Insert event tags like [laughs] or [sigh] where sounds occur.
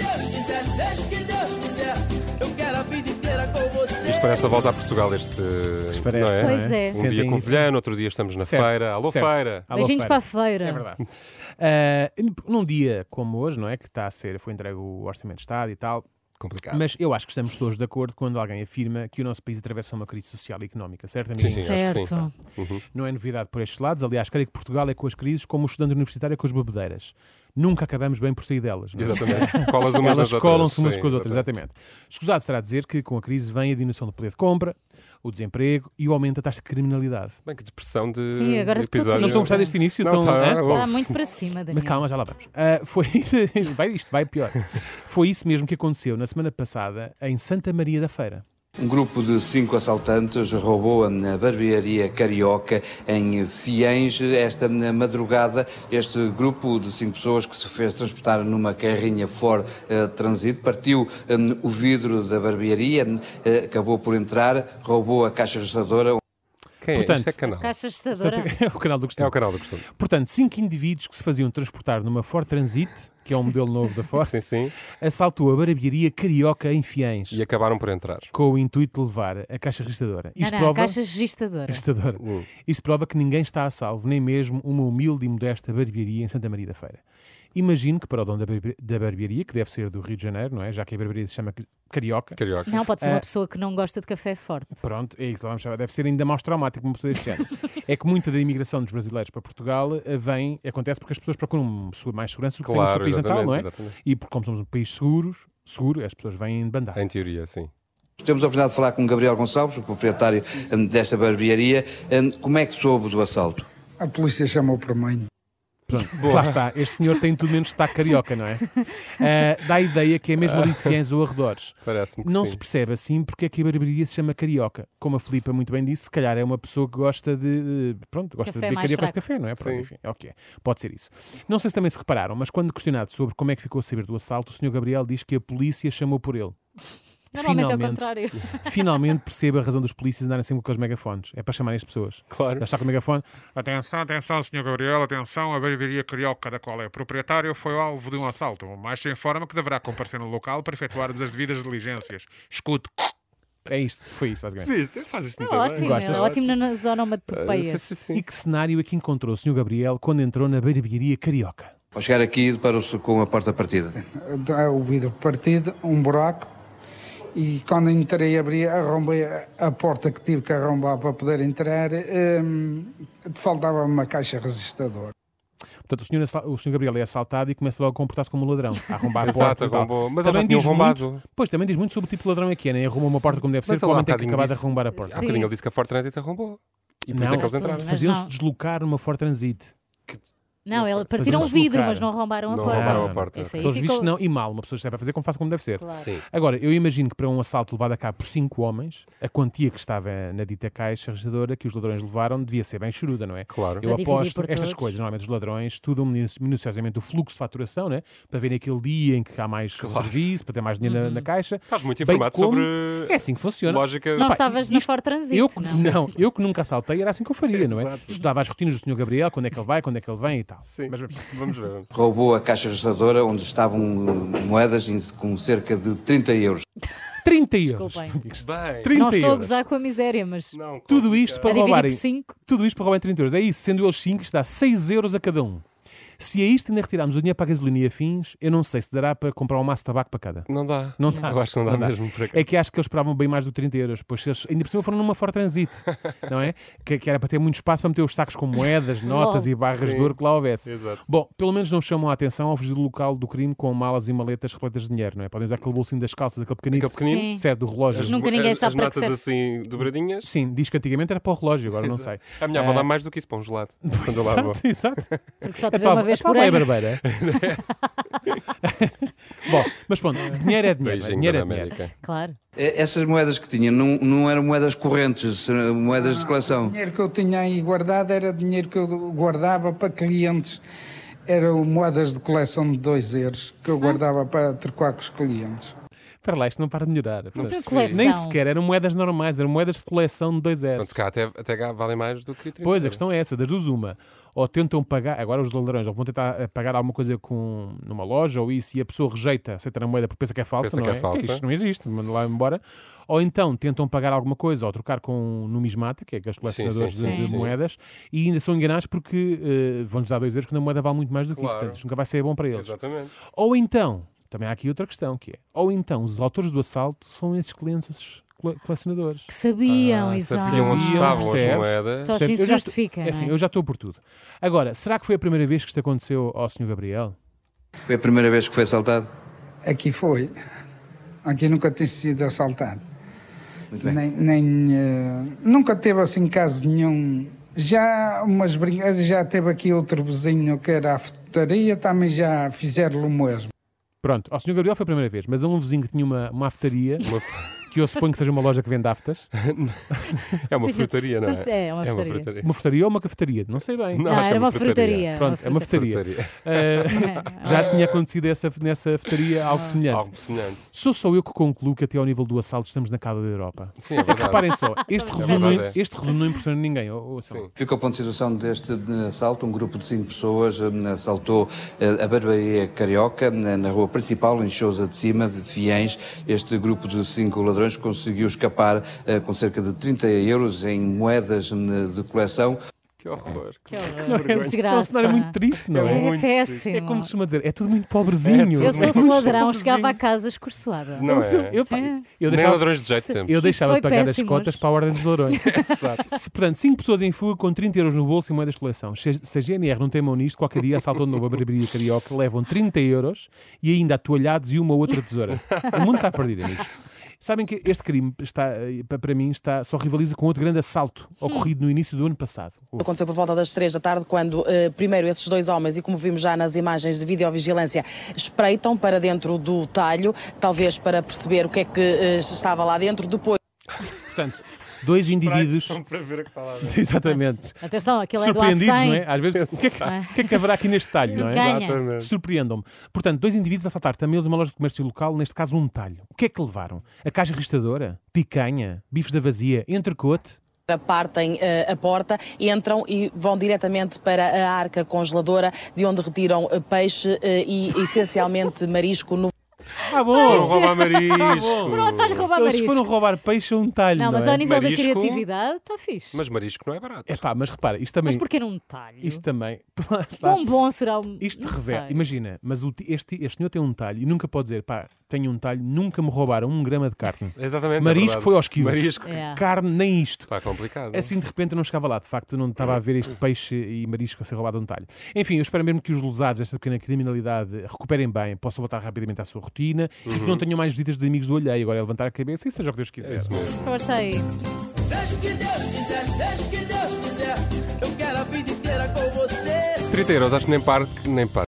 Seja o que Deus quiser, eu quero a vida inteira com você. Isto parece a volta a Portugal, este. parece, não é? não Pois é. Um dia Sentem-se- Covilhã, no outro dia estamos na Certo, feira. Alô, certo. feira! Alô, Beijinhos para a feira. feira. É verdade. Ah, num dia como hoje, não é? Que está a ser, foi entregue o Orçamento de Estado e tal. Complicado. Mas eu acho que estamos todos de acordo quando alguém afirma que o nosso país atravessa uma crise social e económica, certo, amiguinho? sim. é. acho que Certo. Não é novidade por estes lados. Aliás, creio que Portugal é com as crises como o estudante universitário é com as bebedeiras. Nunca acabamos bem por sair delas. Não é? Exatamente. Colas umas Elas nas outras. colam-se umas Sim, com as outras, exatamente. Escusado será dizer que com a crise vem a diminuição do poder de compra, o desemprego e o aumento da taxa de criminalidade. Bem, que depressão de. Sim, agora de episódio. tudo- Não estão a gostar deste início? é? Não, Estão- tá, hã? ouve. Está muito para cima, Mas Daniel. calma, já lá vamos. Ah, foi isso, [laughs] vai, isto vai pior. Foi isso mesmo que aconteceu na semana passada em Santa Maria da Feira. Um grupo de cinco assaltantes roubou a barbearia Carioca em Fiães esta madrugada. Este grupo de cinco pessoas que se fez transportar numa carrinha Ford eh, Transit partiu eh, o vidro da barbearia, eh, acabou por entrar, roubou a caixa registradora, Tá. Quem é? Portanto, Isto é canal. Caixa assustadora. Portanto, [laughs] é o canal É do o costume. canal do costume. Portanto, cinco indivíduos que se faziam transportar numa Ford Transit, que é um modelo novo da [laughs] Ford, Sim, sim. assaltou a barbearia Carioca em Fiães, E acabaram por entrar. com o intuito de levar a caixa registradora. Não, Isto não, prova... [laughs] caixa registadora. Assustador. Isso prova que ninguém está a salvo, nem mesmo uma humilde e modesta barbearia em Santa Maria da Feira. Imagino que para o dono da barbe- da barbearia, que deve ser do Rio de Janeiro, não é? Já que a barbearia se chama Carioca. Carioca. Não, Ah. pode ser uma pessoa que não gosta de café forte. Pronto, é isso, vamos chamar. Deve ser ainda mais traumático uma pessoa deste [laughs] género. é que muita da imigração dos brasileiros para Portugal eh, vem, acontece porque as pessoas procuram uma sua- mais segurança do que tem o seu Claro, país natal, não é? exatamente, exatamente. E porque como somos um país seguro, seguro as pessoas vêm de bandar. Em teoria, sim. Temos a oportunidade de falar com Gabriel Gonçalves, o proprietário hum, desta barbearia. Hum, Como é que soube do assalto? A polícia chamou para mãe. Pronto, lá está. Este senhor tem tudo menos sotaque [laughs] carioca, não é? Eh, dá a ideia que é mesmo ali de Fiães ou Tá arredores. Parece-me que Não sim. se percebe assim porque é que a barbearia se chama carioca. Como a Filipa muito bem disse, se calhar é uma pessoa que gosta de. eh, Pronto, gosta Café de beber mais carioca de fraco. café, não é? Pronto, Sim. enfim, é o que é. Pode ser isso. Não sei se também se repararam, mas quando questionado sobre como é que ficou a saber do assalto, o senhor Gabriel diz que a polícia chamou por ele. Normalmente é Finalmente. o contrário. [laughs] Finalmente percebe a razão dos polícias andarem sempre com aqueles megafones. É para chamarem as pessoas. Claro. Já está com o megafone? Atenção, atenção, Sr. Gabriel, atenção, a barbearia carioca da qual é proprietário foi alvo de um assalto, mas se informa que deverá comparecer no local para efetuarmos as devidas diligências. Escute. É isto. Foi isto, basicamente. Viste? Faz isto É muito bem. ótimo, Gostas? é ótimo na zona uma Sim, topeia. Ah, é sim, sim. E que cenário é que encontrou o Sr. Gabriel quando entrou na barbearia carioca? Ao chegar aqui, deparou-se com a porta partida. Dá O vidro partido, um buraco. E quando entrei, abri, arrombei a- a porta que tive que arrombar para poder entrar. hum, faltava uma caixa resistadora. Portanto, o senhor, assa- o senhor Gabriel é assaltado e começa logo a comportar-se como um ladrão, [laughs] a arrombar Exato, portas. e tal. arrombou. Mas eles já Também tinham diz arrombado. muito- pois, também diz muito sobre o tipo de ladrão é que é, nem arruma uma porta como deve Mas ser, ele há provavelmente é que bocadinho acabar de disse- arrombar a porta. Há bocadinho ele disse que a Ford Transit arrombou. E por Não. isso é que eles entraram. Mas Faziam-se não. deslocar numa Ford Transit. Não, ela Fazer partiram um o vidro, solucar. mas não arrombaram a Não porta. arrombaram a porta, Isso aí Pelos ficou... vistos, não, e mal, uma pessoa se deve fazer como faz como deve ser. Claro. Sim. Agora, eu imagino que para um assalto levado a cabo por cinco homens, a quantia que estava na dita caixa registradora que os ladrões levaram devia ser bem choruda, não é? Claro. Eu Para dividir aposto por estas todos. coisas, normalmente os ladrões estudam minu- minuciosamente o fluxo de faturação, né? para verem aquele dia em que há mais serviço, para ter mais dinheiro na- Uhum. na, caixa. Estás muito Bem informado como- sobre É assim que funciona. lógicas. Não Pá, estavas na isto- Ford Transit, Eu, não? é? que- não, eu que nunca assaltei, era assim que eu faria, não é? Estudava as rotinas do Sr. Gabriel, quando é que ele vai, quando é que ele vem e tal. Sim. Mas- Vamos [laughs] ver. Roubou a caixa registradora onde estavam hum, moedas em- com cerca de 30 euros. 30 euros. Desculpem. amigos. Bem. 30 Não estou a euros. gozar com a miséria, mas Não, claro. Tudo isto a para dividir por roubarem. 5. Tudo isto para roubarem 30 euros. É isso, sendo eles 5, isto dá 6 euros a cada um. Se a isto ainda retirarmos o dinheiro para a gasolina e afins, eu não sei se dará para comprar um maço de tabaco para cada. Não dá. Não dá. Eu acho que não dá mesmo por acaso. É que acho que eles esperavam bem mais do 30 euros, pois eles ainda por cima foram numa [laughs] Ford Transit, não é? Que, que era para ter muito espaço para meter os sacos com [laughs] moedas, notas e barras de ouro que lá houvesse. Exato. Bom, pelo menos não chamam a atenção ao fugir do local do crime com malas e maletas repletas de dinheiro, não é? Podem usar aquele bolsinho das calças, aquele pequenito, Aquele pequenino. Sim. certo, do relógio. Nunca ninguém sabe As para que notas serve. assim dobradinhas. Sim, diz que antigamente era para o relógio, agora não sei. Ah, É, A minha avó dá mais do que isso para um gelado. Quando eu lá vou. Exato, [laughs] exato. Porque só A te vê tua, uma avó- a vez tua por avó é [laughs] ano. barbeira. Bom, mas pronto, dinheiro é dinheiro. Beijinho, dinheiro é Dona dinheiro. América. Claro. Eh, Essas moedas que tinha não, não eram moedas correntes, eram moedas de O coleção. dinheiro que eu tinha aí guardado era dinheiro que eu guardava para clientes. Eram moedas de coleção de 2 euros que eu guardava para trocar com os clientes. Espera lá, isto não para de melhorar. Portanto, Foi coleção. nem sequer eram moedas normais, eram moedas de coleção de dois Portanto, euros. se calhar até, até cá valem mais do que 30 Pois, a euros. questão é essa, das duas uma. Ou tentam pagar, agora os ladrões, ou vão tentar eh, pagar alguma coisa com, numa loja ou isso, e a pessoa rejeita, aceita a moeda porque pensa que é falsa, Pensa não que é é? falsa. Isto não existe, manda lá embora. Ou então tentam pagar alguma coisa ou trocar com numismata, que é aqueles colecionadores sim, de, sim, de sim. moedas, e ainda são enganados porque eh, vão-lhes dar dois euros quando a moeda vale muito mais do que isso, Claro. portanto, isto nunca vai ser bom para eles. Exatamente. Ou então, também há aqui outra questão que é, ou então os autores do assalto são esses clientes cole- colecionadores. Que Ah, sabiam, exato. Sabiam é assim, um onde estavam percebes? as moedas. Só assim Percebe? se Eu já estou- justifica. É não assim, é? eu já estou por tudo. Agora, será que foi a primeira vez que isto aconteceu ao Sr. Gabriel? Foi a primeira vez que foi assaltado? Aqui É foi. Aqui nunca tinha sido assaltado. Muito bem. Nem, nem, eh, nunca teve assim caso nenhum. Já umas brincadeiras, já teve aqui outro vizinho que era à frutaria, também já fizeram o mesmo. Pronto, ao Sr. Gabriel foi a primeira vez, mas a um vizinho que tinha uma, uma afetaria, [laughs] Uma- que eu suponho que seja uma loja que vende aftas, É uma frutaria, não é? [laughs] É, é uma frutaria. uma frutaria ou uma cafetaria, não sei bem. Não, Não, acho que era é uma uma frutaria. frutaria. Pronto, é uma frutaria. Ah, já tinha acontecido essa, nessa afetaria Ah. algo semelhante. Algo semelhante. Sou só eu que concluo que até ao nível do assalto estamos na casa da Europa. Sim, é verdade. Reparem só, este resumo, não- verdade, é. este resumo não impressiona ninguém. ou- ou- sei lá. Sim. Ficou a ponto de situação deste eh, assalto. Um grupo de cinco pessoas eh, assaltou eh, a barbearia Carioca na na rua principal, em Sousa de Cima, de Fiens. Este grupo de cinco ladrões conseguiu escapar eh, com cerca de 30 euros em moedas eh, de coleção. Que horror. Que Que É um cenário desgraça. muito triste, não é? É péssimo. É como costuma dizer, é tudo muito pobrezinho. Eu É sou muito ladrão, pobrezinho. chegava à casa escorçoada. Não é? Eu, pá, É. eu Nem deixava, ladrões de jeito temos. eu deixava Foi de pagar as péssimos. cotas para a Ordem dos Ladrões. Se, portanto, 5 pessoas em fuga com 30 euros no bolso e moedas de coleção. Se, se a GNR não tem mão nisto, qualquer dia assaltam de novo a barbearia carioca, levam 30 euros e ainda atualhados e uma outra tesoura. O mundo está perdido, amigos. Sabem que este crime, está, eh, pa- para mim, está, só rivaliza com outro grande assalto ocorrido no início do ano passado. Aconteceu por volta das três da tarde, quando eh, primeiro esses dois homens, e como vimos já nas imagens de videovigilância, espreitam para dentro do talho, talvez para perceber o que é que eh, estava lá dentro. Depois Portanto, dois indivíduos. Para ver o que está [laughs] lá. Exatamente. Atenção, aquilo é do Surpreendidos, A100. não é? Às vezes, o que é que, o que, é que haverá aqui neste talho, não é? Ganha. Exatamente. Surpreendam-me. Portanto, dois indivíduos assaltaram também eles uma loja de comércio local, neste caso um talho. O que é que levaram? A caixa registradora? Picanha? Bifes da vazia? Entrecote? partem eh, a porta, entram e vão diretamente para a arca congeladora, de onde retiram eh, peixe eh, e essencialmente marisco no Ah, bom! roubar [laughs] Estás a marisco. roubar Eles marisco. foram roubar peixe a um talho, não, Não, mas é? ao nível Marisco. da criatividade está fixe. Mas Mas, marisco não é barato. Epá, mas repara, isto também... porquê num um talho? Isto também... [laughs] Lá está. Quão bom será o. Isto não revela, sei. imagina, mas o ti- este, este senhor tem um talho e nunca pode dizer, pá, tenho um talho, nunca me roubaram um grama de carne. Exatamente. é Marisco verdade. foi aos quilos. Marisco. É. Carne, nem isto. Pá, complicado. Assim de repente eu não chegava lá, de facto, eu não estava a ver este peixe e marisco a ser roubado a um talho. Enfim, eu espero mesmo que os lesados desta pequena criminalidade recuperem bem, possam voltar rapidamente à sua rotina e Uhum. que não tenham mais visitas de amigos do olheiro. Agora é levantar a cabeça e seja o que Deus É quiser. Força aí. Seja o que Deus quiser, seja o que Deus quiser, eu quero a vida inteira com você. 30 euros, acho que nem par, nem par.